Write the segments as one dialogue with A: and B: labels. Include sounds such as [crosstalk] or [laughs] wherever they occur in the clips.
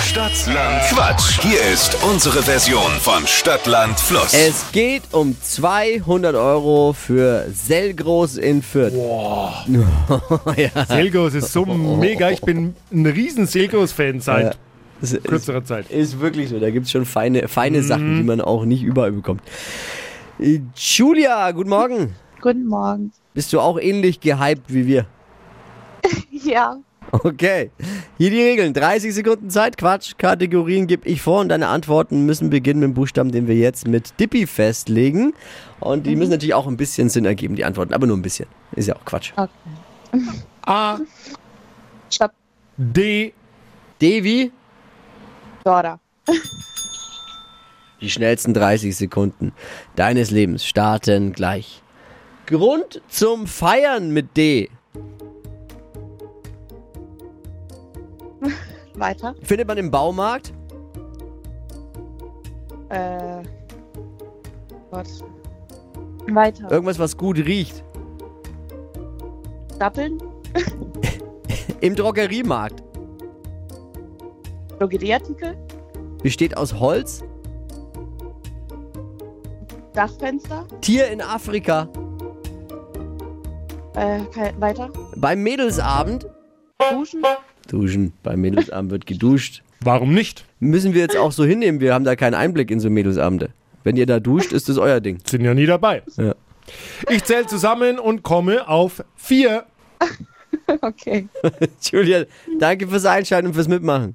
A: Stadtland Quatsch. Hier ist unsere Version von Stadtland Fluss.
B: Es geht um 200 Euro für Sellgroß in Fürth. [laughs]
C: Selgos ist so mega. Ich bin ein riesen Selgos-Fan seit
B: Es ist,
C: kürzerer Zeit.
B: ist wirklich so. Da gibt es schon feine, feine Sachen, die man auch nicht überall bekommt. Äh, Julia, guten Morgen.
D: Guten Morgen.
B: Bist du auch ähnlich gehypt wie wir?
D: Ja,
B: Okay. Hier die Regeln. 30 Sekunden Zeit, Quatsch. Kategorien gebe ich vor und deine Antworten müssen beginnen mit dem Buchstaben, den wir jetzt mit Dippy festlegen. Und die müssen natürlich auch ein bisschen Sinn ergeben, die Antworten. Aber nur ein bisschen. Ist ja auch Quatsch.
D: okay.
C: A,
D: Stopp.
C: D,
B: Devi,
D: Dora.
B: die schnellsten 30 Sekunden deines Lebens starten gleich. Grund zum Feiern mit D.
D: Weiter.
B: Findet man im Baumarkt?
D: Äh. Gott. Weiter.
B: Irgendwas, was gut riecht.
D: Dappeln.
B: Im Drogeriemarkt.
D: Drogerieartikel.
B: Besteht aus Holz.
D: Dachfenster.
B: Tier in Afrika.
D: Äh, kein- weiter.
B: Beim Mädelsabend.
D: Duschen. [laughs]
B: Duschen. Beim Mädelsabend wird geduscht.
C: warum nicht?
B: Müssen wir jetzt auch so hinnehmen, wir haben da keinen Einblick in so Mädelsabende. Wenn ihr da duscht, ist das euer Ding. [laughs]
C: Sind ja nie dabei.
B: Ja.
C: Ich zähle zusammen und komme auf vier.
D: Okay.
B: Julia, danke fürs Einschalten und fürs Mitmachen.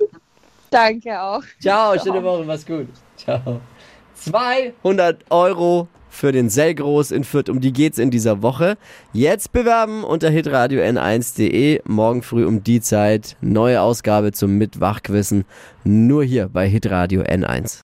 D: Danke auch.
B: Ciao, schöne Woche, mach's gut. Ciao. 200 Euro für den Sellgroß in Fürth, um die geht's in dieser Woche. Jetzt bewerben unter hitradio n1.de. Morgen früh um die Zeit. Neue Ausgabe zum Mitwachquissen. Nur hier bei hitradio n1.